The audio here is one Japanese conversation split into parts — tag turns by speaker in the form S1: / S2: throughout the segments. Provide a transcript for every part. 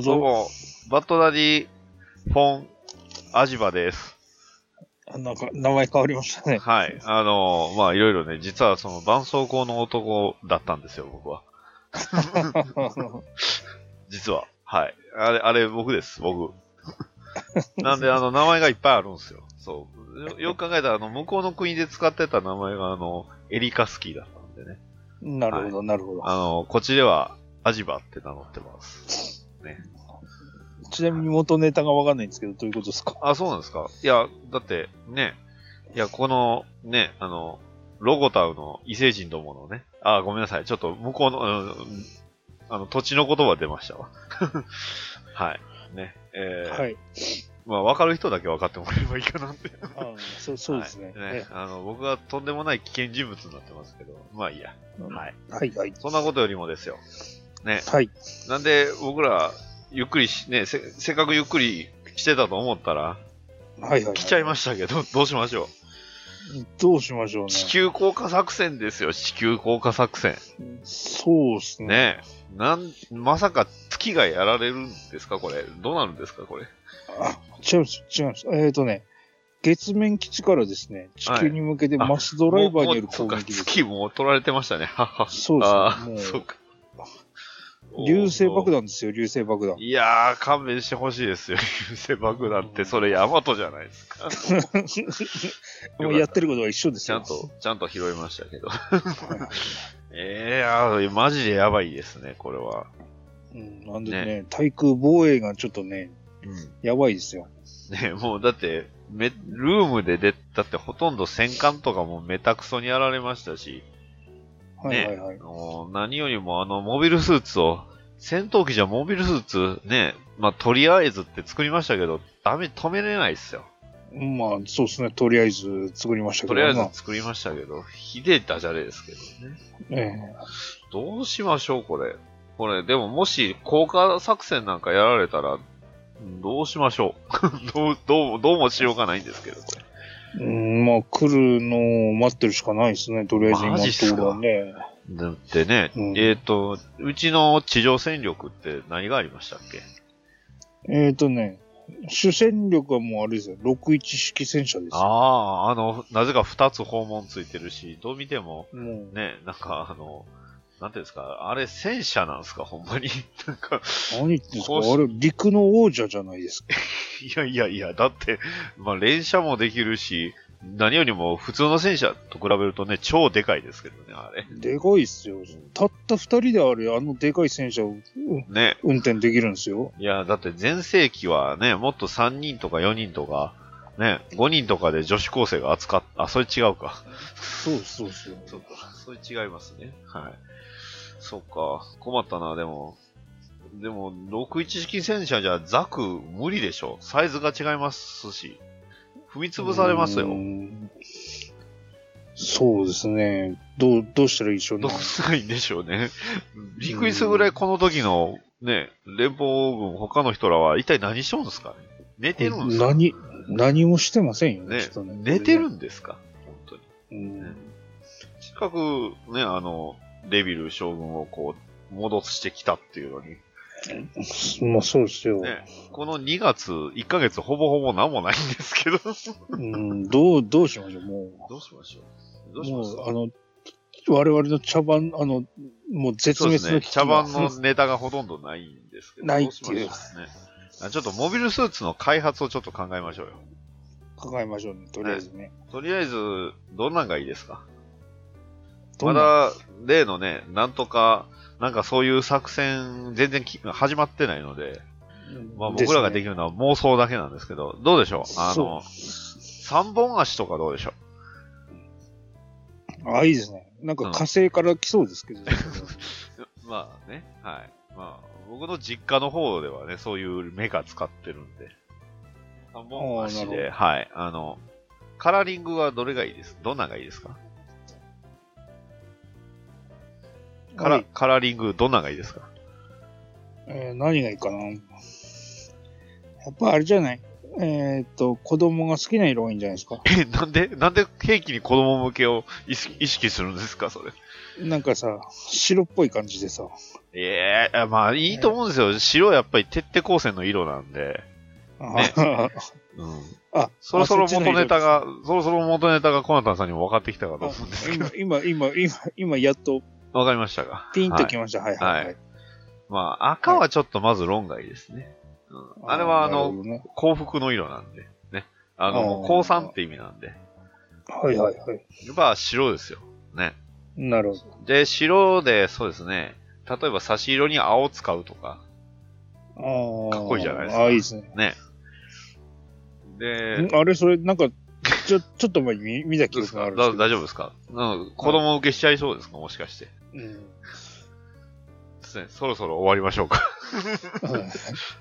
S1: ど
S2: う
S1: う
S2: ぞ。
S1: も、バッドダディ・フォン・アジバです。
S2: あなんか、名前変わり ましたね。
S1: はい。あのーまあ、いろいろね、実はその、絆創膏の男だったんですよ、僕は。実は。はい。あれ、あれ、僕です、僕。 なんで、あの、名前がいっぱいあるんですよ。そう。よよく考えたら、あの、向こうの国で使ってた名前が、あの、エリカスキーだったんでね。
S2: なるほど、なるほど。
S1: あの、こっちでは、アジバって名乗ってます。
S2: ちなみに元ネタがわかんないんですけど、どういうことですか
S1: あ、そうなんですかいや、だって、ね、いや、この、ね、あの、ロゴタウの異星人どものね、あ、ごめんなさい、ちょっと向こうの、うんあの、土地の言葉出ましたわ。 はい。ね、えー
S2: はい。
S1: まあ、わかる人だけ分かってもらえればいいかなって。
S2: あそうそうですね。
S1: はいあの、僕はとんでもない危険人物になってますけど、まあいいや。はい。
S2: はい、はい。
S1: そんなことよりもですよ。ね、
S2: はい。
S1: なんで僕ら、ゆっくりし、ね、せせっかくゆっくりしてたと思ったら、
S2: はい、はい。
S1: 来ちゃい
S2: し
S1: ましたけど、 どうしましょ
S2: た。どうしましょう
S1: う。
S2: ね。
S1: 地球降下作戦ですよ、地球降下作戦。
S2: そうですね。
S1: ねえ。なん、まさか月がやられるんですか、これ。どうなるんですか、これ。
S2: あ、違うんです、違うんです。えっ、ー、とね、月面基地からですね、地球に向けて
S1: はいあ
S2: マスドライバーによる
S1: もうそ
S2: 攻
S1: うか、
S2: 撃です。
S1: 月もう取られてましたね。はっは
S2: そう
S1: あ
S2: で
S1: あ、
S2: す
S1: そう
S2: ね。も
S1: か。
S2: う、 流星爆弾ですよ、流星爆弾。
S1: いやー、勘弁してほしいですよ。 流星爆弾って、それヤマトじゃないですか。
S2: もうやってることは一緒です
S1: ちゃ
S2: よ。
S1: んと、ちゃんと拾いましたけど。 ええあーマジでやばいですね、これは。
S2: うん、なんでね対空防衛がちょっとね、
S1: うん。
S2: やばいですよ。
S1: ね、もうだって、め、ルームで出、だってほとんど戦艦とかもめたくそにやられましたし、
S2: はいはいはい。
S1: もう何よりもあの、モビルスーツを、戦闘機じゃモビルスーツ、ね、まあ、とりあえずって作りましたけど、ダメ、止めれないっすよ。
S2: まあ、そうですね。とりあえず作りましたけ
S1: と
S2: ど。
S1: りあえず
S2: ま
S1: 作りましたけど、ひでえダジャレですけどね。
S2: え
S1: どうしましょう、これ。これ、でももし、効果作戦なんかやられたら、どうしましょう。 どう、どうも、どうもしようがないんですけど、こ
S2: えうん、まあ、来るのを待ってるしかないですね。とりあえず今
S1: マ
S2: の
S1: ジっ
S2: と
S1: すか
S2: ころはね。
S1: れ。だってね、
S2: うん
S1: えっ、と、うちの地上戦力って何がありましたっけ
S2: えっ、とね、主戦力はもうあれですよ。61式戦車ですよ。
S1: ああ、あの、なぜか2つ訪問ついてるし、どう見ても、
S2: もう、
S1: ね、なんかあの、なんていうんですか、あれ戦車なんですか、ほんまに。 なんか、
S2: 何言ってんですか
S1: こうし
S2: あれ、陸の王者じゃないですか。
S1: いやいやいや、だって、まあ、連射もできるし、何よりも普通の戦車と比べるとね、超でかいですけどね、あれ。
S2: でかいっすよ。たった二人であれ、あのでかい戦車をうん
S1: ね。
S2: 運転できるんですよ。
S1: いや、だって前世紀はね、もっと3人とか4人とか、ね、5人とかで女子高生が扱っ、あ、それ違うか。
S2: そうそうそう。
S1: そうか、それ違いますね。はい。そうか、困ったな、でも。でも、61式戦車じゃザク無理でしょ。サイズが違いますし。踏み潰されますよ
S2: う。ん。そうですね。どう、どうしたらいいでしょう
S1: ど
S2: ね
S1: う。したらいいんでしょうね。びっくりするぐらいこの時の、ね、連邦軍、他の人らは一体何しとるんですかね寝てるんですか
S2: 何、何もしてませんよね、
S1: ね
S2: きっとね。
S1: 寝てるんですか本当に。
S2: うん
S1: 近く、ね、あの、デビル将軍をこう、戻してきたっていうのに、
S2: まあそうですよ。
S1: ね、この2月、1ヶ月ほぼほぼ何もないんです けど。
S2: うん、どう、どうしましょう、も
S1: どうしましょうど
S2: う。
S1: うし
S2: も
S1: ます
S2: う、あの、我々の茶番、あの、もう絶
S1: そうで
S2: 滅
S1: す
S2: の
S1: ね。
S2: 危機
S1: 茶
S2: が
S1: 番のネタがほとんどないんですけど。
S2: ない
S1: どしましょ
S2: って
S1: ね。あちょっとモビルスーツの開発をちょっと考えましょうよ。
S2: 考えましょうね、とりあえずね。
S1: とりあえず、どんなんがいいですか
S2: ど
S1: ま
S2: んな、
S1: だ、例のね、なんとか、なんかそういう作戦、全然き始まってないので、まあ、僕らができ
S2: き
S1: るのは妄想だけなんですけど、どうでしょうあの、三本足とかどうでしょ
S2: あ、いいですね。なん
S1: う
S2: か
S1: ん
S2: 火星から来そうですけど、
S1: うまあね、はい。まあ、僕の実家の方ではね、そういうメカ使ってるんで。三本足
S2: あーな
S1: で、
S2: る
S1: はい。あの、カラーリングはどれがいいですどんなのがいいですかカラ、
S2: はい
S1: カラーリングどんなのがいいですか
S2: えー何がいいかな。やっぱあれじゃないえーっと、子供が好きな色がいいんじゃないですか。
S1: え、 なんで、なんで兵器に子供向けを意識意識するんですかそれ。
S2: なんかさ、白っぽい感じでさ。
S1: ええまあいいと思うんですよ。白はやっぱり徹底光線の色なんで。
S2: あ、
S1: うん。
S2: あ
S1: そろそろ
S2: あっちの
S1: 元
S2: 色
S1: ネタが、そろそろ元ネタがコナタンさんにも分かってきたかと
S2: あ
S1: 思うんですけど。
S2: 今、今、今、今、今、やっと
S1: 分かりましたか
S2: ピンときました。はい、はい、
S1: は
S2: はいい。
S1: まあ、赤はちょっとまず論外ですね。うん、あれは、あ
S2: ー
S1: の、
S2: なる
S1: 幸福の色なんで、ね。あ
S2: あー
S1: の、降参って意味なんで。や
S2: ほどね、はい、はい、はい。
S1: っぱ白ですよ。ね。
S2: なるほ
S1: で、白で、そうですね。例えば差し色に青使うとか、
S2: ど。あー
S1: かっこいいじゃないですか
S2: あーいいですね。
S1: ね。で、
S2: んあれ、それ、なんか、ちょ、ちょっと前に見見た記
S1: どうです
S2: 憶があ
S1: か
S2: るん
S1: だ
S2: けど
S1: 大丈夫ですかなんか子供受けしちゃいそうですかもしかして。すいませんそろそろ終わりましょうか。
S2: うん。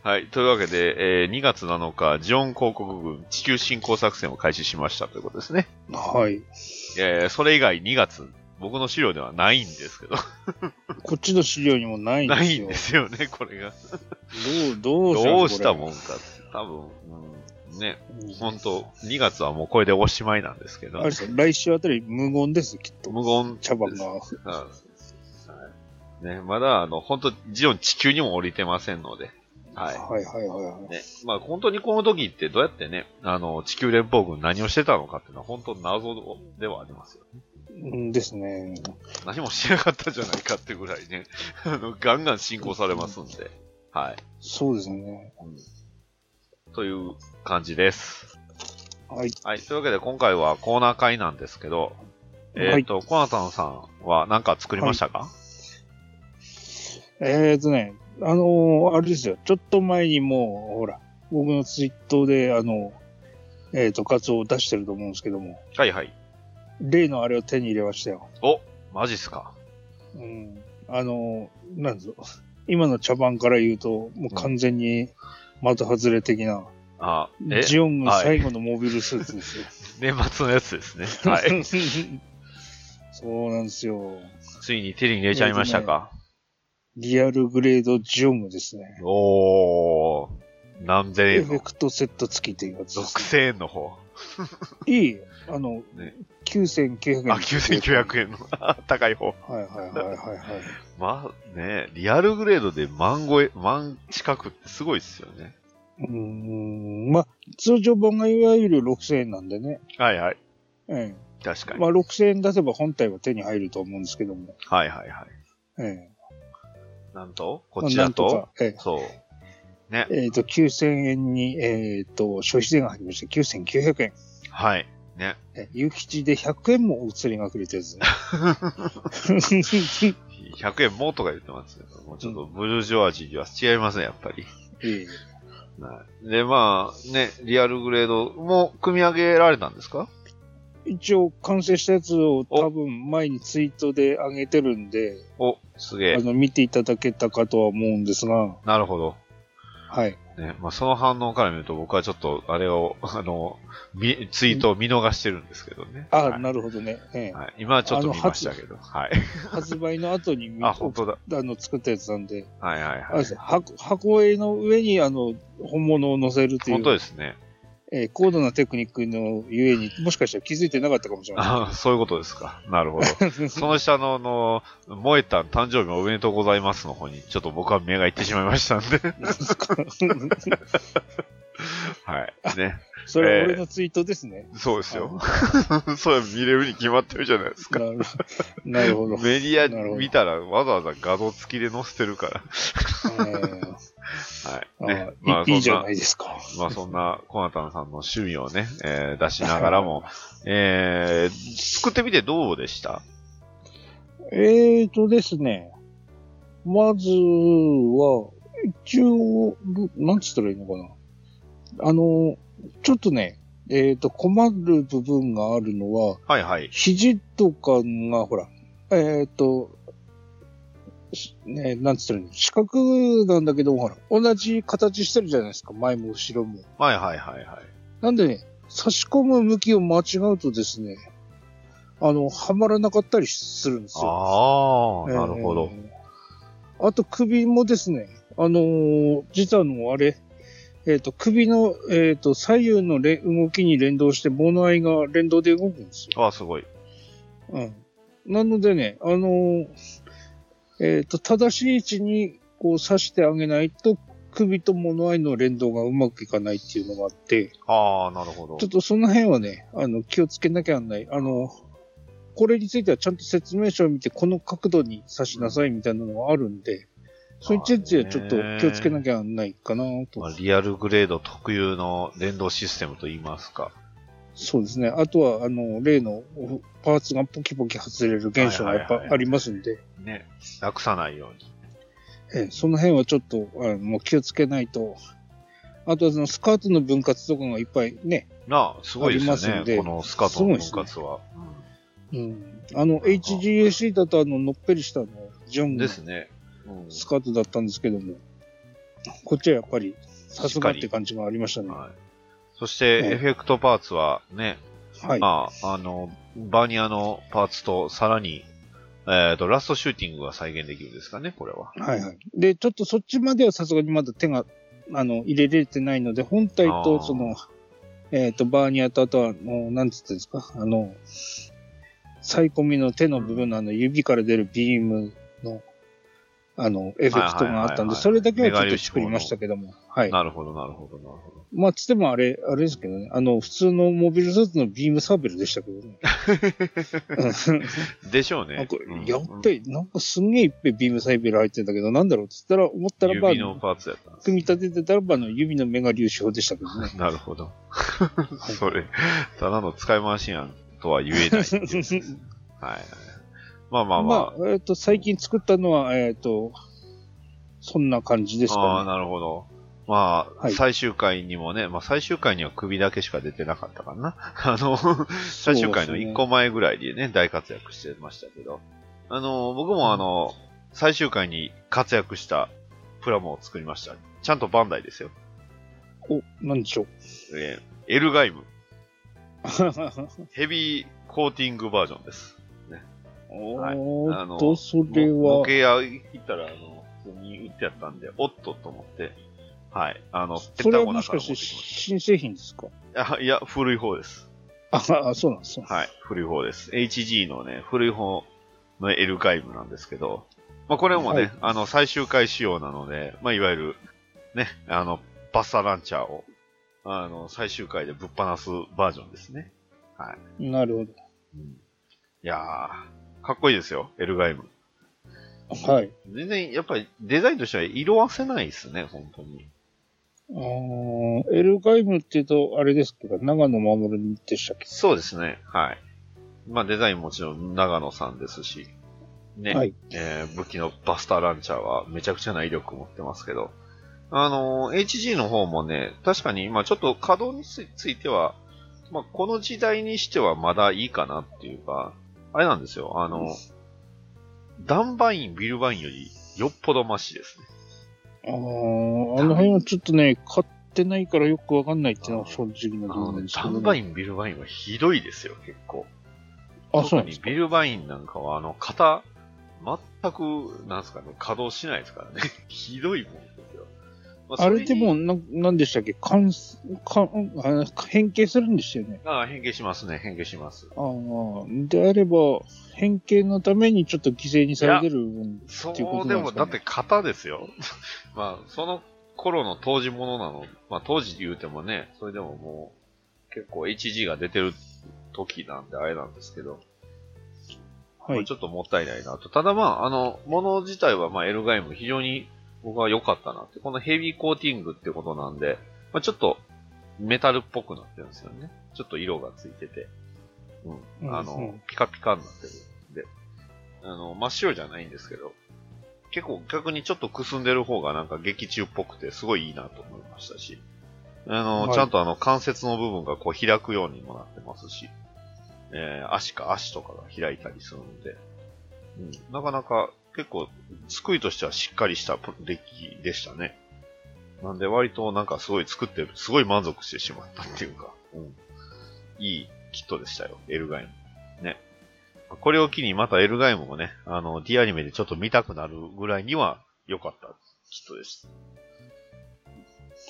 S1: はい。というわけで、えー2月7日、ジオン広告軍地球侵攻作戦を開始しましたということですね。
S2: はい。
S1: えーそれ以外2月、僕の資料ではないんですけど、
S2: こっちの資料にもないん で
S1: な
S2: す
S1: い
S2: よ。
S1: んですよね、これが。
S2: どう、どうした
S1: どうした
S2: ん
S1: もんか。多分、うん、ね、
S2: ですかこ
S1: 本当2月はもうこれでおしまいなんですけ
S2: れ
S1: ど
S2: あれ、ですよ来週あたり無言です、きっと。
S1: 無言
S2: 茶番が。
S1: あはいね、まだ、あの、本当ジオン地球にも降りてませんので、はい。
S2: はいはいはいはい。
S1: ね、まあ本当にこの時ってどうやってね、あの、地球連邦軍何をしてたのかっていうのは本当謎ではありますよ。
S2: うんですね。
S1: 何もしてなかったじゃないかってぐらいね、 あの、ガンガン進行されますんで、はい。
S2: そうですね。
S1: という感じです。
S2: はい。
S1: はい。というわけで今回はコーナー会なんですけど、えっ、と、コナタンさんは何か作りましたか、
S2: えーとね、あのーあれですよ。ちょっと前にもう、ほら、僕のツイートで、あの、えーと、カツオを出してると思うんですけども、
S1: はい、はいはい
S2: 例のあれを手に入れましたよ。
S1: お、マジっすか。
S2: うん。あのーなんぞ、今の茶番から言うと、もう完全に的外れ的な、
S1: あ、え、
S2: ジオン軍
S1: はい
S2: 最後のモビルスーツですよ。
S1: 年末のやつ ですね。はい。
S2: そうなんですよ。
S1: ついに手に入れちゃいましたか。
S2: リアルグレードジオングですね。
S1: おー、何千
S2: エ
S1: 円
S2: フェ
S1: の、
S2: クトセット付きというやつですね、
S1: 6000円の方。
S2: いい、あの、
S1: ね
S2: 9900円。
S1: あ、9900円の、あ 高い方。
S2: 円。はいはいはいはい、はい。
S1: まあね、リアルグレードで万超え、万近くってすごいっすよね。
S2: うーん、まあ、通常版がいわゆる6000円なんでね。
S1: はいはい。
S2: え
S1: 確か
S2: え、
S1: に。
S2: まあ、6000円出せば本体は手に入ると思うんですけども。
S1: はいはいはい。
S2: ええ、
S1: なんと、
S2: まあ
S1: こっちだと、
S2: なんか、え
S1: そう。
S2: ええっと、9000円に、えっと、消費税が入りまして、9900円。
S1: はい。ね。
S2: ええ、有吉で100円もお釣りがくれた やつね。
S1: 100円もとか言ってますけど、もうちょっとブルジョアジーは違いますね、やっぱり。
S2: ええ
S1: はいで、まあね、リアルグレードも組み上げられたんですか
S2: 一応完成したやつを多分前にツイートで上げてるんで、
S1: お、すげ
S2: あ
S1: え。
S2: の、見ていただけたかとは思うんですが、
S1: なるほど。
S2: はい。
S1: ね、まあ、その反応から見ると僕はちょっと、あれを、あの、みツイートを見逃してるんですけどね。
S2: あ、
S1: はい
S2: なるほどね。ええ
S1: はい、今はちょっと見ましたけど。はい。
S2: 発売の後に
S1: あ、本当だ。
S2: あの作ったやつなんで、
S1: はいはい
S2: あれ
S1: は
S2: で
S1: い
S2: す。箱箱絵の上にあの本物を載せるとい
S1: 本当
S2: う、
S1: ですね。
S2: えー高度なテクニックのゆえに、もしかしたら気づいてなかったかもしれない。
S1: あそういうことですか。なるほど。その下の、あの、萌えたん誕生日おめでとうございますの方に、ちょっと僕は目がいってしまいましたんで。はい。ね。
S2: それは俺のツイートですね。
S1: そうですよ。 それは見れるに決まってるじゃない ですか。
S2: なるなるほど。
S1: メディア
S2: なるほど
S1: 見たらわざわざ画像付きで載せてるから。はい。
S2: え
S1: ね
S2: ー。
S1: ま
S2: あ
S1: あ、
S2: いいいいじ
S1: そん
S2: ゃ
S1: な
S2: な、いですか。
S1: まあそんなコナタンさんの趣味をね、えー出しながらも、えー作ってみてどうでした
S2: えーとですね、まずは、一応、ぶなんつったらいいのかな。あの、ちょっとね、えーと、困る部分があるのは、
S1: はいはい。
S2: 肘とかが、ほら、えーと、しね、なんつったらいいの四角なんだけど、ほら、同じ形してるじゃないですか、前も後ろも。
S1: はいはいはいはい。
S2: なんでね、差し込む向きを間違うとですね、あの、はまらなかったりするんですよ。
S1: ああ、
S2: えー
S1: なるほど。。
S2: あと首もですね、あのー実はあの、あれ、えっ、と、首の、えっ、と、左右のれ動きに連動して、棒の合いが連動で動くんですよ。
S1: ああ、すごい。
S2: うん。なのでね、あのーえっ、と、正しい位置に、こう、刺してあげないと、首と物合いの連動がうまくいかないっていうのがあって、
S1: ああ、なるほど
S2: ちょっ。とその辺はね、あの、気をつけなきゃなんない。あの、これについてはちゃんと説明書を見て、この角度に刺しなさいみたいなのがあるんで、そういう点ではちょっと気をつけなきゃなんないかなと
S1: まあ、。リアルグレード特有の連動システムといいますか。
S2: そうですね。あとは、あの、例のパーツがポキポキ外れる現象がやっぱありますんで、
S1: ね。なくさないように。
S2: ええその辺はちょっと、あの気をつけないと。あとはそのスカートの分割とかがいっぱいね、
S1: なあ、すごいで
S2: あります
S1: すよ
S2: ん
S1: ね。
S2: で
S1: このスカートの分
S2: すごいで
S1: 割は。
S2: うん、あの HGAC だとあののっぺりしたあのジョ
S1: う
S2: ン
S1: ん
S2: の
S1: です
S2: ス
S1: ね。うん
S2: カートだったんですけども、こっちはやっぱりさすがって感じがありましたね。は
S1: はい、そして、
S2: うん
S1: エフェクトパーツはね、
S2: い。
S1: まあ、あの、バーニアのパーツとさらに、えっ、と、ラストシューティングが再現できるんですかね、これは。
S2: はいはい。で、ちょっとそっちまではさすがにまだ手があの入れれてないので、本体
S1: あ
S2: と
S1: ー
S2: その、えっ、と、バーニアとあとは、あのなんつってんですか、あの、サイコミの手の部分のあの指から出るビームの、あの、エフェクトが
S1: はいはい
S2: あったんで、
S1: はいはい
S2: それだけはちょっと作りましたけども、はい。
S1: なるほど、なるほど、なるほど。
S2: まあ、つってもあれ、あれですけどね、あの、普通のモビルスーツのビームサーベルでした けどね。うん
S1: でしょう
S2: なん
S1: ね
S2: か。
S1: うん
S2: やっべ、なんかすんげえいっぺえビームサーベル入ってんだけど、なんだろうって言ったら、思ったらば、
S1: 指のパーツやったんです
S2: 組み立ててたらばあの指の目が粒子砲でしたけどね。
S1: なるほ ど。それ、ただの使い回しやんとは言えないっていうやつですはいはい。まあまあまあ
S2: ま。あ、えっ、と、最近作ったのは、えっ、と、そんな感じです
S1: ああー、
S2: かね。
S1: なるほど。まあ、
S2: はい
S1: 最終回にもね、まあ最終回には首だけしか出てなかったかな。 あの、最終回の1個前ぐらいでね、大活躍してましたけど。あの、僕もあの、最終回に活躍したプラモを作りました。ちゃんとバンダイですよ。
S2: お、なんでしょう。
S1: えーエルガイム、ヘビーコーティングバージョンです。 はい
S2: お
S1: あ
S2: ーっ
S1: の
S2: と、それは
S1: 模、型屋行ったら、あの、普通に売ってやったんで、おっとと思って、はい。あの、ペ
S2: そ
S1: ッ
S2: れ
S1: タ
S2: は
S1: ゴ
S2: も
S1: ナ
S2: し
S1: から
S2: か
S1: 持っ
S2: してて
S1: き
S2: 新製品ですか
S1: ました。あいや、古い方です。
S2: ああ、そうなんですね。
S1: はい、古い方です。HG のね、古い方の L ガイムなんですけど、まあ、これもね、
S2: はい
S1: あの、最終回仕様なので、まあ、いわゆる、ね、あの、バッサーランチャーを、あの、最終回でぶっ放すバージョンですね。
S2: なる
S1: うんいやー、かっこいいですよ、L ガイム。
S2: ほど。はい。
S1: 全然、やっぱりデザインとしては色あせないですね、本当に。
S2: あーエルガイムっていうと、あれですけど、長野守でしたっけ
S1: そうですね、はい。まあ、デザインもちろん長野さんですし、ね、
S2: はい。
S1: えー武器のバスターランチャーはめちゃくちゃな威力持ってますけど、あのー HG の方もね、確かに今ちょっと稼働につついては、まあ、この時代にしてはまだいいかなっていうか、あれなんですよ、あの、ダンバイン、ビルバインよりよっぽどマシですね。
S2: あーあの辺はちょっとね、買ってないからよくわかんないっていうのは正直な
S1: あ
S2: とこ
S1: の
S2: ろなん
S1: ね
S2: ですけ
S1: ダ
S2: ど、
S1: ンバイン、ビルバインはひどいですよ、結構。
S2: あ、そう
S1: 特
S2: なんで
S1: に
S2: すか。
S1: ビルバインなんかは、あの、型、全く、なんすかね、稼働しないですからね。 ひどいもんですよ。ま
S2: あ
S1: そ
S2: れ
S1: に
S2: でも、な、なんでしたっけ関す関あ変形するんですよね。
S1: ああ、変形しますね、変形します。
S2: ああ、であれば、変形のためにちょっと犠牲にされてる分。
S1: そ
S2: っていうこ
S1: う
S2: と
S1: で
S2: なんで
S1: も、
S2: す
S1: だ
S2: かね
S1: って型ですよ。 まあ、その頃の当時ものなの。まあ、当時言うてもね、それでももう、結構 HG が出てる時なんであれなんですけど、
S2: は
S1: まあ
S2: い。
S1: ちょっともったいないなと。ただまあ、あの、もの自体は、まあ、エルガイム非常に僕は良かったなって。このヘビーコーティングってことなんで、まあ、ちょっとメタルっぽくなってるんですよね。ちょっと色がついてて。う。
S2: うんん
S1: あ
S2: う
S1: の
S2: ん、
S1: ピカピカになってるんで。あの、真っ白じゃないんですけど、結構逆にちょっとくすんでる方がなんか劇中っぽくてすごいいいなと思いましたし、あの、
S2: はい
S1: ちゃんとあの関節の部分がこう開くようにもなってますし、えー足か足とかが開いたりするので、うん、なかなか結構、作りとしてはしっかりしたプデッキでしたね。なんで割となんかすごい作って、すごい満足してしまったっていうか、うん。いいキットでしたよ、エルガイム。ね。これを機にまたエルガイムもね、あの、D アニメでちょっと見たくなるぐらいには良かったキットです。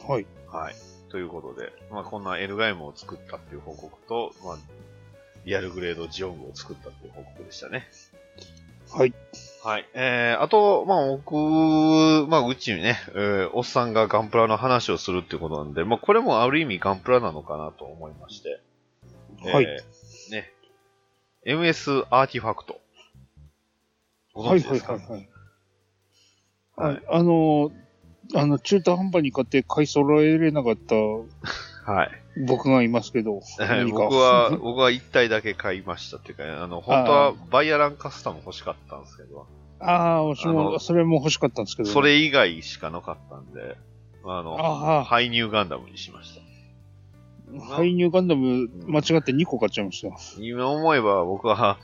S2: はい。
S1: はい。ということで、まあ、こんなエルガイムを作ったっていう報告と、まあ、リアルグレードジオングを作ったっていう報告でしたね。
S2: はい。
S1: はい。えー、あと、まあ、僕、まあ、うちね、えーおっさんがガンプラの話をするってことなんで、まあ、これもある意味ガンプラなのかなと思いまして。
S2: はい
S1: えーね。MS アーティファクト。ご
S2: はい
S1: 存知
S2: は
S1: で
S2: い
S1: すか、
S2: はいはい。
S1: はい
S2: ああの、あの、中途半端に買って買い揃えれなかった
S1: はい。
S2: 僕がいますけど。
S1: えー
S2: 何か
S1: 僕は、、僕は1体だけ買いましたっていうか、あの、本当はバイアランカスタム欲しかったんですけど、
S2: ああ、私
S1: あの
S2: も、それも欲しかったんですけど。
S1: そ。れ以外しかなかったんで、あの、
S2: あ
S1: ハイニューガンダムにしました。
S2: あ、配入ガンダム間違って2個買っちゃいました。
S1: 今思えば僕は、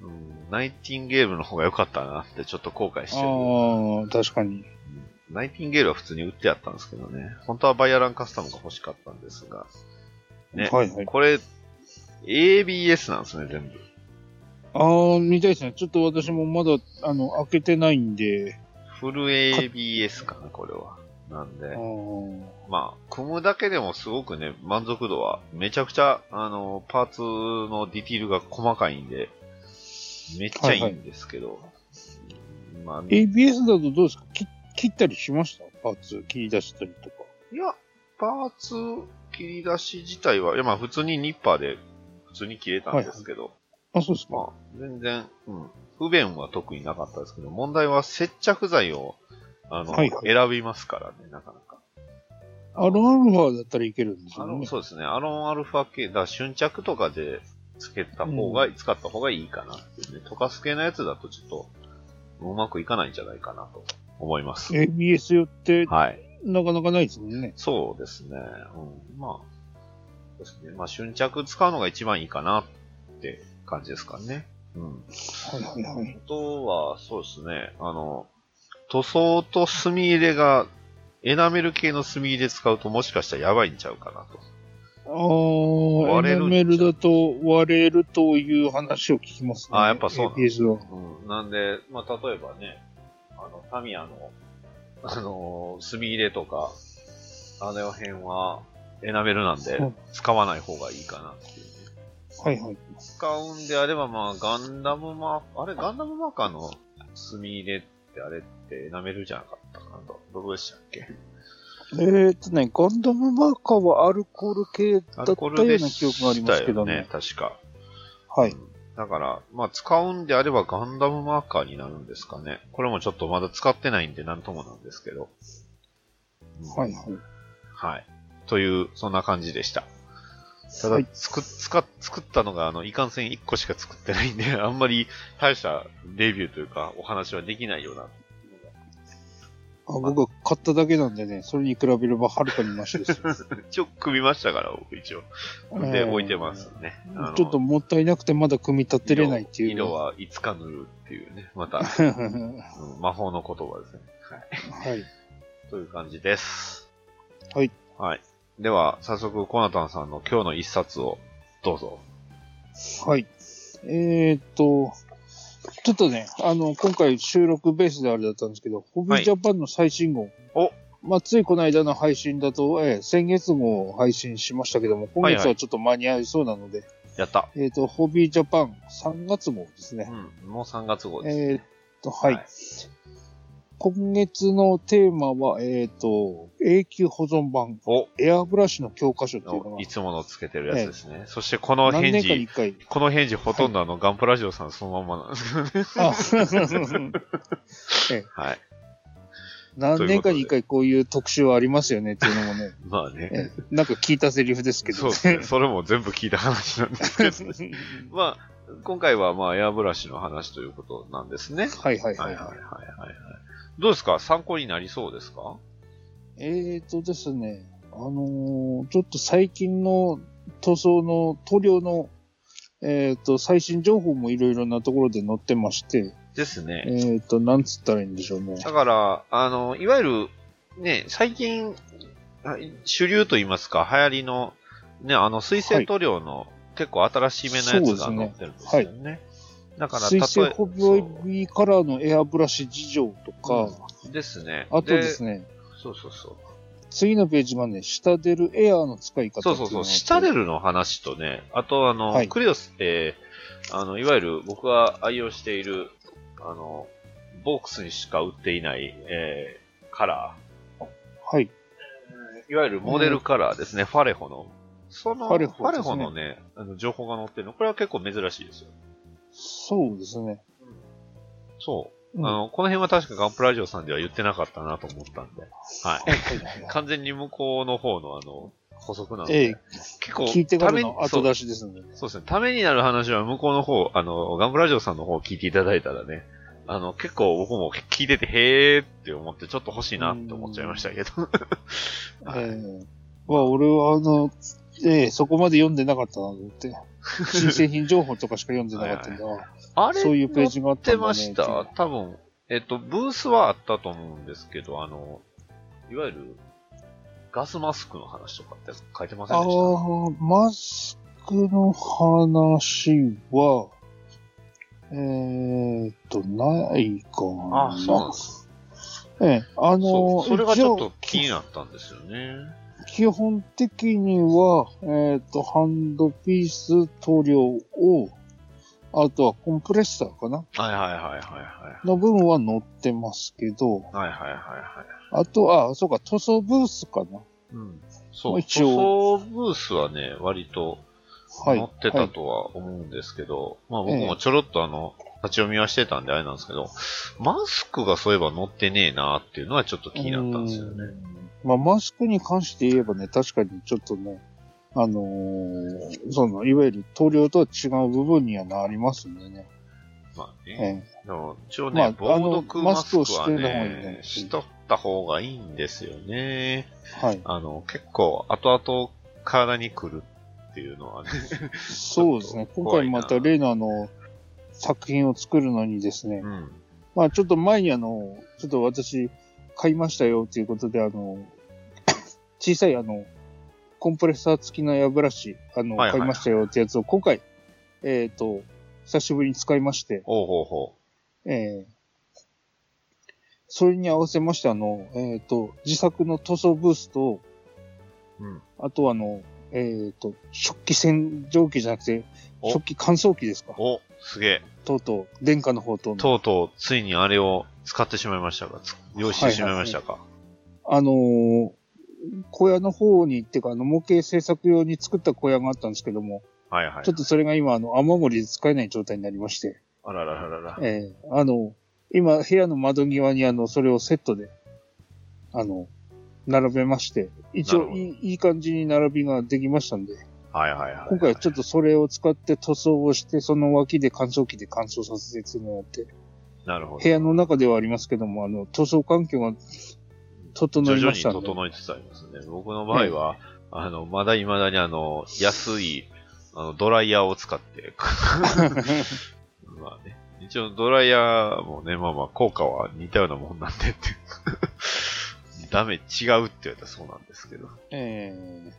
S1: うん、ナイティンゲールの方が良かったなってちょっと後悔してる。
S2: ああ、確かに。
S1: ナイティンゲールは普通に売ってあったんですけどね。本当はバイアランカスタムが欲しかったんですが、ね
S2: はいはい。
S1: これ、ABS なんですね、全部。
S2: ああ、見たいですね。ちょっと私もまだ、あの、開けてないんで。
S1: フル ABS かな、これは。なんで
S2: ああ、
S1: まあ、組むだけでもすごくね、満足度は、めちゃくちゃ、あの、パーツのディティールが細かいんで、めっちゃいいんですけど、まあ、い
S2: ABS だとどうですかき切ったりしましたパーツ切り出したりとか。
S1: や、パーツ切り出し自体は、いや、まあ、普通にニッパーで、普通に切れたんですけど、
S2: あ、そうですか。
S1: まあ、全然、うん、不便は特になかったですけど、問題は接着剤を、あの、
S2: はいはい
S1: 選びますからね、なかなか。
S2: アロンアルファだったらいけるんです
S1: あ
S2: よ
S1: の
S2: ね。
S1: そうですね。アロンアルファ系、だから瞬着とかでつけた方が、使った方がいいかなっていうね。溶かす系のやつだとちょっと、うまくいかないんじゃないかなと思います。
S2: ABS よって、
S1: はい。
S2: なかなかないですもんね。
S1: そうですね。うん、まあ、そうですね。まあ、瞬着使うのが一番いいかなって感じですかね。うん。
S2: はいはいはい
S1: あ。とは、そうですね。あの、塗装と墨入れが、エナメル系の墨入れ使うともしかしたらやばいんちゃうかなと。
S2: ああ、
S1: 割れ
S2: エ
S1: る
S2: ナメルだと割れるという話を聞きますね。
S1: あーやっぱそうなんだ
S2: ABS は。
S1: うん、なんで、まあ、例えばね、あの、タミヤの、あのー墨入れとか、あの辺は、エナメルなんで
S2: うん、
S1: 使わない方がいいかなっていうね。
S2: はいはい。
S1: 使うんであれば、まあ、ガンダムマー、あれ、ガンダムマーカーの墨入れって、あれってエナメルじゃなかったかなと。どこでしたっけ
S2: えーっとね、ガンダムマーカーはアルコール
S1: ア
S2: 系だった
S1: ル
S2: よ
S1: コー
S2: う
S1: ルで
S2: な記憶がありますけどね。
S1: 確か。
S2: はい。
S1: だから、まあ、使うんであればガンダムマーカーになるんですかね。これもちょっとまだ使ってないんでなんともなんですけど。うん
S2: はいはい。
S1: はい。という、そんな感じでした。ただ、
S2: はい
S1: 作っつか作ったのが、あの、いかんせん1個しか作ってないんで、 あんまり大したレビューというか、お話はできないような。
S2: あ僕は買っただけなんでね、それに比べればはるかにマシですよ。
S1: 一応、組みましたから、僕一応。 で、
S2: えー
S1: 置いてますね。あの
S2: ちょっともったいなくてまだ組み立てれないっていう。
S1: 色色はいつか塗るっていうね、また、
S2: は。
S1: うん魔法の言葉ですね。はい。
S2: はい。
S1: という感じです。
S2: はい。
S1: はい。では、早速、コナタンさんの今日の一冊を、どうぞ。
S2: はい。えー、っと、ちょっとね、あの、今回収録ベースであれだったんですけど、ホビージャパンの最新号。
S1: お
S2: まあ、ついこの間の配信だと、えー先月号を配信しましたけども、今
S1: はい
S2: 月
S1: は
S2: はちょっと間に合いそうなので、
S1: やった。
S2: えーっと、ホビージャパン3月号です
S1: う
S2: ね。
S1: ん。もう3月号です。
S2: えーっと、はい。今月のテーマは、えーっと、永久保存版、
S1: お
S2: エアブラシの教科書っていうの
S1: の
S2: が
S1: い、つものつけてるやつですね。そしてこの
S2: 何
S1: 返
S2: 年かに
S1: 事、
S2: 一回。
S1: この返事ほとんどあの、ガンプラジオさんそのまんまなんですけどね。
S2: あ
S1: はい。
S2: 何年かに一回こういう特集はありますよねっていうのもね、
S1: まあね。
S2: えなんか聞いたセリフです け
S1: そう
S2: ど
S1: ですね。それも全部聞いた話なんですけど、ね、まあ、今回はまあ、エアブラシの話ということなんですね。
S2: はいはい
S1: は
S2: はい
S1: はい
S2: い。
S1: はい
S2: は
S1: はい。どうですか参考になりそうですか
S2: い、えーとですね、あのーちょっと最近の塗装の塗料の、えーと、最新情報もいろいろなところで載ってまして、
S1: ですね。
S2: えっと、なんつったらいいんでしょうね。
S1: だから、あの、いわゆる、ね、最近、あ主流といいますか、流行りの、ね、あの、水性塗料の、結構新しめのやつが
S2: そうです
S1: 載
S2: ね
S1: ってるんですよね。だから、
S2: 水性
S1: 例え
S2: ホビーカラーのエアブラシ事情とか、
S1: そうですね。
S2: あとですね、
S1: そうそうそう。
S2: 次のページがね、下出るエアーの使い方って
S1: そ
S2: いうの
S1: そう
S2: があって
S1: そう、シタデルの話とね、あとあの、
S2: はい
S1: クリオス、えー、あの、いわゆる僕が愛用している、あの、ボックスにしか売っていない、えー、カラ
S2: はい。
S1: ー、いわゆるモデルカラーですね、ファレホの。その、フ
S2: フ
S1: ァ
S2: ァ
S1: レ
S2: レ
S1: ホ,、
S2: ホですね
S1: のね、あの情報が載ってるの、これは結構珍しいですよ。
S2: そうですね。
S1: そう。
S2: うん
S1: あの、この辺は確かガンプラジオさんでは言ってなかったなと思ったんで、はい。完全に向こうの方のあの、補足なので、
S2: ええ
S1: 結構、
S2: 聞いてから
S1: ため
S2: の
S1: にそ
S2: 後
S1: う
S2: 出しですので。
S1: そうですね。ためになる話は向こうの方、あの、ガンブラジオさんの方を聞いていただいたらね、あの、結構僕も聞いてて、へーって思って、ちょっと欲しいなって思っちゃいましたけど。は
S2: え
S1: い
S2: えまあ、俺は、あの、ええそこまで読んでなかったなと 思って。新製品情報とかしか読んでなかったんだ。
S1: あれ
S2: そういうページがあっ
S1: 載っ
S2: た
S1: て
S2: んだ、
S1: ま
S2: ね。
S1: した。多分、えっと、ブースはあったと思うんですけど、あの、いわゆる、ガスマスクの話とかって書いてません
S2: あ
S1: でした
S2: あ、マスクの話は、えーっと、ないかな。
S1: あそうなんです。
S2: ええ、あ
S1: そ
S2: の
S1: う、それがちょっと気
S2: 一
S1: に
S2: 応
S1: なったんですよね。
S2: 基本的には、えーっと、ハンドピース塗料を、あとはコンプレッサーかな
S1: はいはいはいはいはい。
S2: の部分は載ってますけど、
S1: はいはいはいはい。
S2: あとは、あそうか、塗装ブースかな
S1: うん。そ
S2: まあ
S1: う、
S2: 一
S1: 塗装
S2: 応
S1: ブースはね、割と、
S2: はい。
S1: 持って
S2: は
S1: た
S2: い
S1: とは思うんですけど、まあ
S2: え
S1: 僕
S2: え
S1: もちょろっとあの、立ち読みはしてたんであれなんですけど、マスクがそういえば載ってねえなっていうのはちょっと気になったんですよね。
S2: まあ、マスクに関して言えばね、確かにちょっとね、あのーその、いわゆる塗料とは違う部分にはなりますんでね。
S1: まあね。
S2: ええ
S1: でも一応ね、
S2: まああの
S1: 防毒マスク
S2: マスクを
S1: は
S2: してる方がいいね
S1: ね、しとった方がいいんですよね。
S2: はい。
S1: あの、結構後々体に来るっていうのはね。
S2: そうですね。今
S1: 怖い
S2: 回
S1: な
S2: また例のあの、作品を作るのにですね
S1: う、ん。
S2: まあ、ちょっと前にあの、ちょっと私、買いましたよということで、あの、 小さいあの、コンプレッサー付きのエアブラシ、あの、
S1: はいはい
S2: 買いましたよってやつを今回、えっ、と、久しぶりに使いまして、
S1: ほうほうほ
S2: ええそれに合わせまして、あの、えっ、と、自作の塗装ブースと、
S1: う。うん。
S2: あとあの、えっ、と、食器洗浄機じゃなくて、
S1: お
S2: 食器乾燥機ですか。
S1: お、すげえ。
S2: とうとう、殿下の方との
S1: とうとう、ついにあれを使ってしまいましたかつ用意してしまいましたか、
S2: あのー小屋の方に、っていうか、あの、模型製作用に作った小屋があったんですけども、
S1: はい、はいはい
S2: ちょっとそれが今、あの、雨漏りで使えない状態になりまして、
S1: あららららら。
S2: ええあの、今、部屋の窓際に、あの、それをセットで、あの、並べまして、一
S1: なる
S2: 応
S1: ほど
S2: いい、いい感じに並びができましたんで、
S1: はいはいはい。
S2: 今回はちょっとそれを使って塗装をして、その脇で乾燥機で乾燥させてっていうのをやって、
S1: なるほど。
S2: 部屋の中ではありますけども、あの、塗装環境が整
S1: 徐
S2: い
S1: 々
S2: ま
S1: に
S2: したんで。
S1: 整いつつありますね。僕の場合は、あの、まだ未だにあの、安い、あの、ドライヤーを使 って、まあね。一応ドライヤーもね、まあまあ効果は似たような もんなんでって。ダメ、違うって言われたらそうなんですけど。
S2: ええ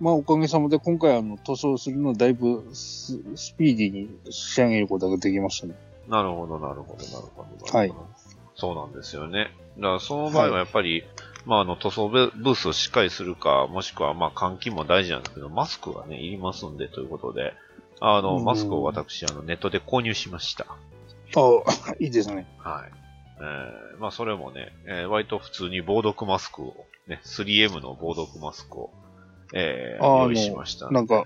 S2: まあ、おかげさまで今回、あの、塗装するのだいぶススピーディーに仕上げることができましたね。
S1: なるほど、なるほど、なるほど。
S2: はい。
S1: そうなんですよね。だから、その場合はやっぱり、まあ、あの、塗装ブブースをしっかりするか、もしくは、まあ、換気も大事なんですけど、マスクがね、いりますんで、ということで、あの、
S2: うん
S1: マスクを私、あの、ネットで購入しました。
S2: ああ、いいですね。
S1: はい。えー、まあ、それもね、えー、割と普通に防毒マスクを、ね、3M の防毒マスクを、えー、
S2: あー
S1: 用意しました。
S2: なんか、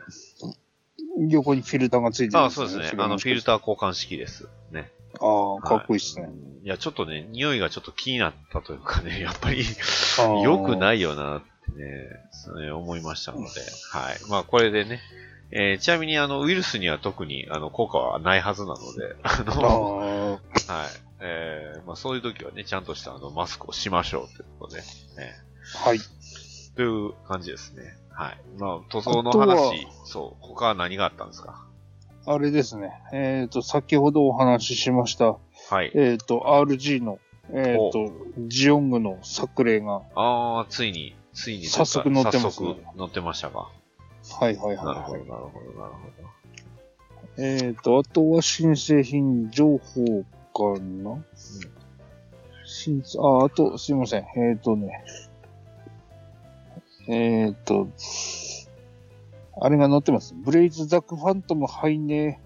S2: 横にフィルターがついて
S1: あ、そうですね。あの、フィル
S2: ー。
S1: ター交換式です。ね。
S2: ああ、かっこいいですね。
S1: いや、ちょっとね、匂いがちょっと気になったというかね、 やっぱり
S2: ー
S1: 良くないよなってね、それ思いましたので、はい。まあ、これでね、えーちなみにあの、ウイルスには特にあの効果はないはずなので、あ
S2: あ
S1: の、
S2: あ、
S1: はい。えーまあ、そういう時はね、ちゃんとしたあの、マスクをしましょうということで、ね、
S2: はい。
S1: という感じですね。はい。まあ、塗装の
S2: あとは
S1: 話、そう、他は何があったんですか
S2: あれですね。えっ、と、先ほどお話ししました、
S1: はい。
S2: えっ、と、RG の、えっ、と、ジオングの作例が、
S1: ああ、ついに、ついにというか、
S2: 早速乗ってます
S1: 早速乗ってましたか。
S2: はいは
S1: なる
S2: いはい、
S1: ほ
S2: は
S1: ど、
S2: い。
S1: なるほど、なるほど。
S2: えっ、と、あとは新製品情報かな新製あ、あと、すいません。えっ、とね。えっ、と、あれが載ってます。ブレイズ・ザ・ク・ファントム・ハイネ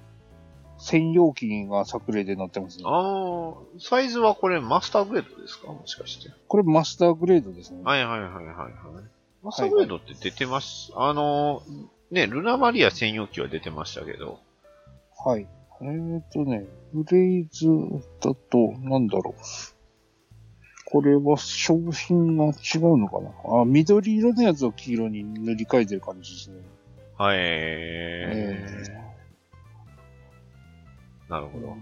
S2: 専用機が作例で載ってますね。
S1: ああ、サイズはこれマスターグレードですかもしかして。
S2: これマスターグレードですね。
S1: はいはいはいはいはい。マスターグレードって出てます。あのー、ね、ルナマリア専用機は出てましたけど。
S2: はい。えっ、とね、ブレイズだと、なんだろう。これは商品が違うのかなあ、緑色のやつを黄色に塗り替えてる感じですね。
S1: はい。なる
S2: え
S1: ほど。
S2: ー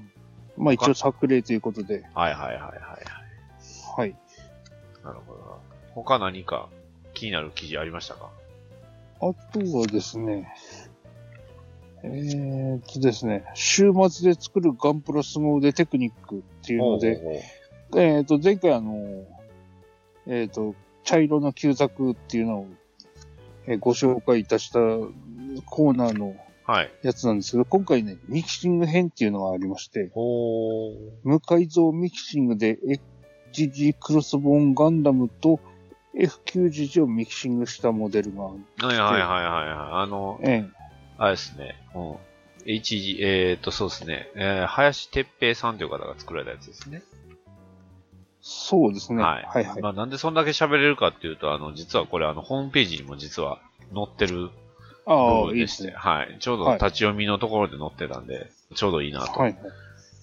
S2: まあ一応作例ということで、
S1: はいはいはいはいはい。
S2: はい。
S1: なるほど。他何か気になる記事ありましたか
S2: あとはですね、えー、っとですね、週末で作るガンプラスゴ腕テクニックっていうので、
S1: ほうほうほ
S2: えっと、前回あの、えっ、と、茶色の旧作っていうのを、えーご紹介いたしたコーナーの
S1: うはい。
S2: やつなんですけど、今回ね、ミキシング編っていうのがありまして、
S1: ほう。
S2: 無改造ミキシングで XG クロスボーンガンダムと F91 をミキシングしたモデルが、
S1: はいはいはいはいはい。あの、
S2: ええ
S1: あれですね。うん。HG、えーっと、そうですね。えー、林哲平さんという方が作られたやつですね。
S2: そうですね。
S1: はい。
S2: はいはい。
S1: まあ、なんでそんだけ喋れるかっていうと、あの、実はこれ、あの、ホームページにも実は載ってる部
S2: ああ、
S1: 分
S2: いい
S1: で
S2: で
S1: し
S2: す
S1: て、
S2: ね。
S1: はい。ちょうど
S2: はい
S1: 立ち読みのところで載ってたんで、ちょうどいいなと。
S2: はい。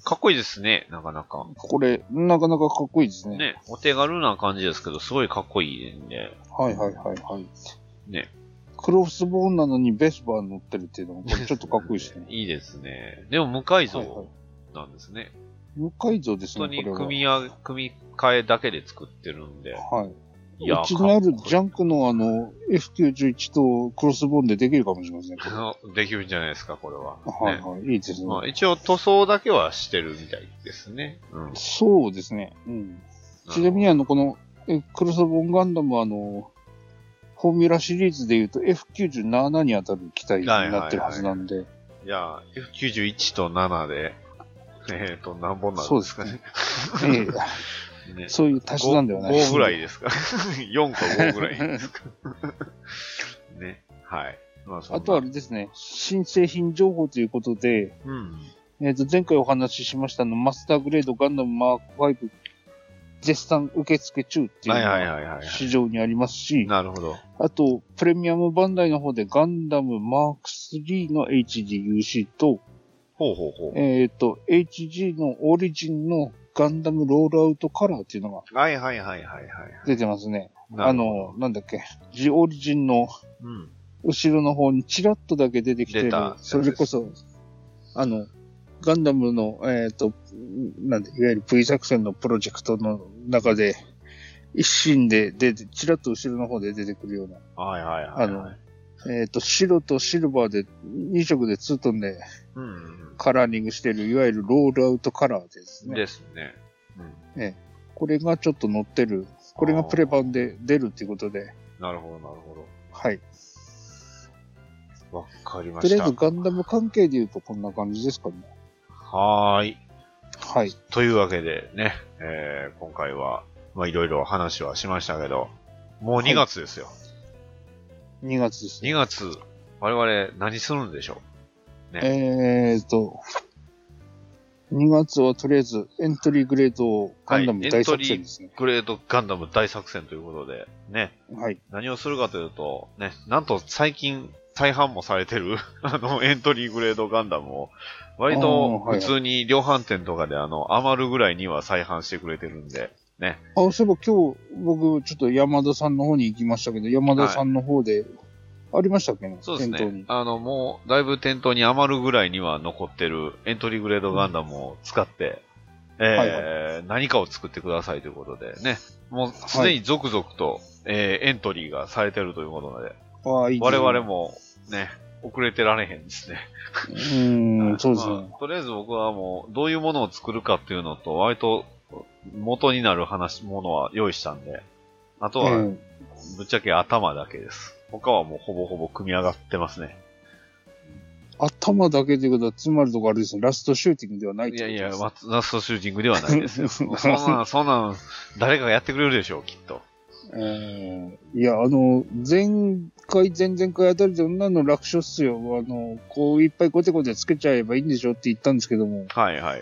S1: かっこいいですね、なかなか。
S2: これ、なかなかかっこいいですね。
S1: ね、お手軽な感じですけど、すごいかっこいいんで、
S2: はいはいはいはい。
S1: ね。。
S2: クロスボーンなのにベスバー乗ってるっていうのも、これちょっとかっこいいですね
S1: いいですね。でも、無改
S2: はいはい
S1: 造。なんですね。
S2: 無改造です
S1: 本当
S2: ね、
S1: に
S2: こ
S1: 組
S2: れ
S1: み合わ組み替えだけで作ってるんで。
S2: は。はい。
S1: いや
S2: うちにあ
S1: かっ
S2: る
S1: こいい
S2: ジャンクのあの、F91 とクロスボーンでできるかもしれませんね。これ
S1: あの できるんじゃないですか、これは。
S2: はい
S1: ね
S2: はい。いいですね。
S1: まあ、一応塗装だけはしてるみたいですね。うん、
S2: そうですね。うん。ちなみにあの、この、えクロスボーンガンダムはあの、フォーミュラシリーズで言うと F97 に当たる機体になってるはずなんで、
S1: いや、F91 と7で、 えっ、と、何本なん
S2: そう
S1: で
S2: ですす
S1: かね
S2: ね。
S1: ね
S2: ええそういう足し算ではない
S1: 5。
S2: です、
S1: 5ぐらいですか ?4 か5ぐらい ですかね。はい。まあ、そんな
S2: あとはあれですね、新製品情報ということで、
S1: うん。
S2: えっ、と、前回お話ししましたあの、マスターグレードガンダムマーク5、絶賛受付中っていう
S1: はい
S2: の
S1: はい
S2: が
S1: はいはい。
S2: 市場にありますし、
S1: なるほど。
S2: あと、プレミアムバンダイの方でガンダムマーク3の HGUC と、
S1: ほうほうほ
S2: えっ、と、HG のオリジンのガンダムロールアウトカラーっていうのが
S1: う。はいはいはいはいはい。
S2: 出てますね。
S1: な
S2: あ
S1: るほ
S2: の、なんだっけ、ジオリジンの
S1: どうん。
S2: 後ろの方にチラッとだけ出てきて
S1: 出
S2: る
S1: たやつ。です
S2: それこそ、あの、ガンダムの、えっ、と、なんで、いわゆる V 作戦のプロジェクトの中で、一心で出て、チラッと後ろの方で出てくるような、
S1: はいはいはい、はい。
S2: あのえっ、と、白とシルバーで、2色でツートンで
S1: うんうん
S2: カラーリングしてる、いわゆるロールアウトカラーです
S1: うん。
S2: ね。
S1: ですね。うん。
S2: これがちょっと乗ってる、これがプレ版で出るっていうことで、
S1: なるほどなるほ
S2: はい。
S1: ど。わかりま
S2: と
S1: した。
S2: りあえずガンダム関係で言うとこんな感じですかね。
S1: はーい。
S2: はい。
S1: というわけでね、えー今回は、まあいろいろ話はしましたけど、もう2月ですよ。
S2: 2月ですね。
S1: 2月、我々何するんでしょ
S2: えーと、2月はとりあえずエントリーグレードガンダム大作戦ですね
S1: う。グレードガンダム大作戦ということで、ね、
S2: はい。
S1: 何をするかというと、ね、なんと最近、再販もされてる、 あの、エントリーグレードガンダムを、割と
S2: あーはいは
S1: 普
S2: い
S1: 通に量販店とかで、あの、余るぐらいには再販してくれてるんで、ね。
S2: あ、そういえば今日僕ちょっと山田さんの方に行きましたけど、山田さんの方で、ありましたっけね
S1: そうです
S2: 店頭
S1: ね
S2: に。。
S1: あの、もう、だいぶ店頭に余るぐらいには残ってるエントリーグレードガンダムを使って、えー
S2: は
S1: 何かを作ってくださいということでね。もう、すでに続々と、えーエントリーがされてるということなので、
S2: ああ、いいです
S1: 我
S2: ね
S1: 々もね、遅れてられへんですね。
S2: うーん、そうです
S1: ま
S2: ね。
S1: あとりあえず僕はもう、どういうものを作るかっていうのと、割と元になる話、ものは用意したんで、あとは、
S2: うん
S1: ぶっちゃけ頭だけです。他はもうほぼほぼ組み上がってますね。
S2: 頭だけということは、つまりとかあれですね、ラストシューティングではないっ
S1: い
S2: て
S1: や
S2: こと
S1: い
S2: です
S1: や、マラストシューティングではない ですよ。そんな、そんなん、誰かがやってくれるでしょう、きっと。
S2: えーいや、あの、前回、前々回あたりで女の楽勝っすよ。あの、こういっぱいコテコテつけちゃえばいいんでしょって言ったんですけども、
S1: はいはい。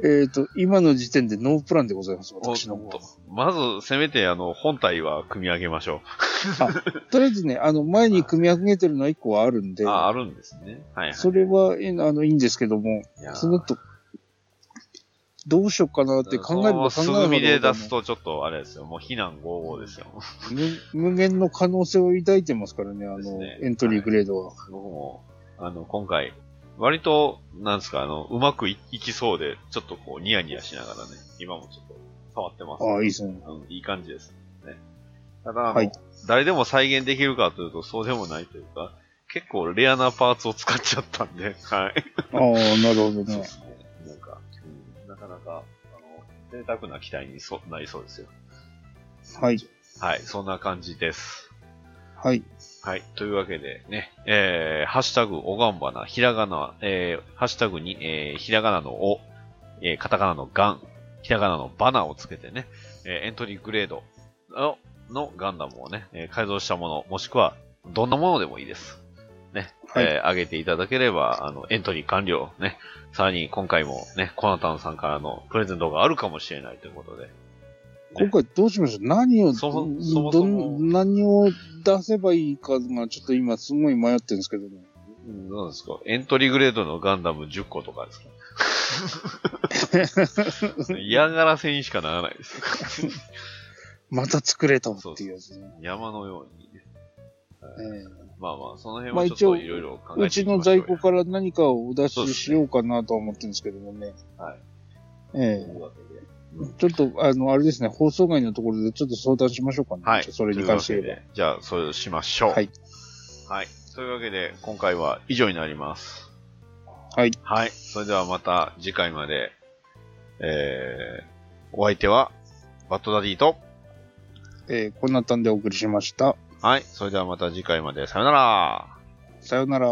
S2: えっ、と、今の時点でノープランでございます、
S1: おっ
S2: 私の方は
S1: と。まず、せめて、あの、本体は組み上げましょ
S2: とりあえずね、あの、前に組み上げてるのは1個はあるんで
S1: う。、あ、あるんですね。はいはい。
S2: それは、えーあの、いいんですけども、
S1: いやー
S2: その後、どうしようかなって考えれば考え
S1: そ
S2: る
S1: の
S2: ほど
S1: 素組みで出すと、ちょっとあれですよ。もう非難合々ですよ。
S2: 無無限の可能性を抱いてますからね、あ
S1: です
S2: の、
S1: ね
S2: エントリーグレードは。
S1: 僕も、あの、今回、割と、なんですか、あの、うまくいいきそうで、ちょっとこう、ニヤニヤしながらね、今もちょっと、触ってます。
S2: ああ、いいですね。
S1: うんいい感じですね。ただ、あの
S2: はい
S1: 誰でも再現できるかというと、そうでもないというか、結構レアなパーツを使っちゃったんで、はい。
S2: ああ、なるほど
S1: そうで
S2: ね。
S1: すね。なんか、うんなかなか、あの、贅沢な期待にそなりそうですよ。
S2: はい。
S1: はい、そんな感じです。
S2: はい。
S1: はい。というわけでね、えー、ハッシュタグ、おがんばな、ひらがな、えー、ハッシュタグに、えー、ひらがなのお、えー、カタカナのガン、ひらがなのバナをつけてね、えー、エントリーグレードの、のガンダムをね、えー改造したもの、もしくは、どんなものでもいいです。ね、
S2: はい
S1: えー、上げていただければ、あの、エントリー完了。ね、さらに今回もね、コナタンさんからのプレゼントがあるかもしれないということで、
S2: 今回どうしましょう何を、
S1: そも
S2: ど
S1: そもそも
S2: どん何を出せばいいかが、ちょっと今すごい迷ってるんですけど ね。
S1: うんどうですかエントリーグレードのガンダム10個とかですか 嫌がらせにしかならないです。
S2: また作れたっていうやつね。
S1: 山のようにね。
S2: え
S1: まあまあ、その辺
S2: まあ
S1: はちょっといろいろ考
S2: えう
S1: えて
S2: ち
S1: いきましょうよ
S2: の在庫から何かをお出
S1: そうで
S2: し
S1: す
S2: しようかなとは思ってるんですけどもね。
S1: はい。
S2: え
S1: というわけで
S2: えちょっと、あの、あれですね、放送外のところでちょっと相談しましょうかね。
S1: はい。
S2: それに関して
S1: というわけ
S2: 言
S1: でじゃあ、それをしましょう。
S2: はい。
S1: はい。というわけで、今回は以上になります。
S2: はい。
S1: はい。それではまた次回まで。えー、お相手は、バッドダディと、
S2: ええこんなたんでお送りしました。
S1: はい。それではまた次回まで。さよなら。
S2: さようなら。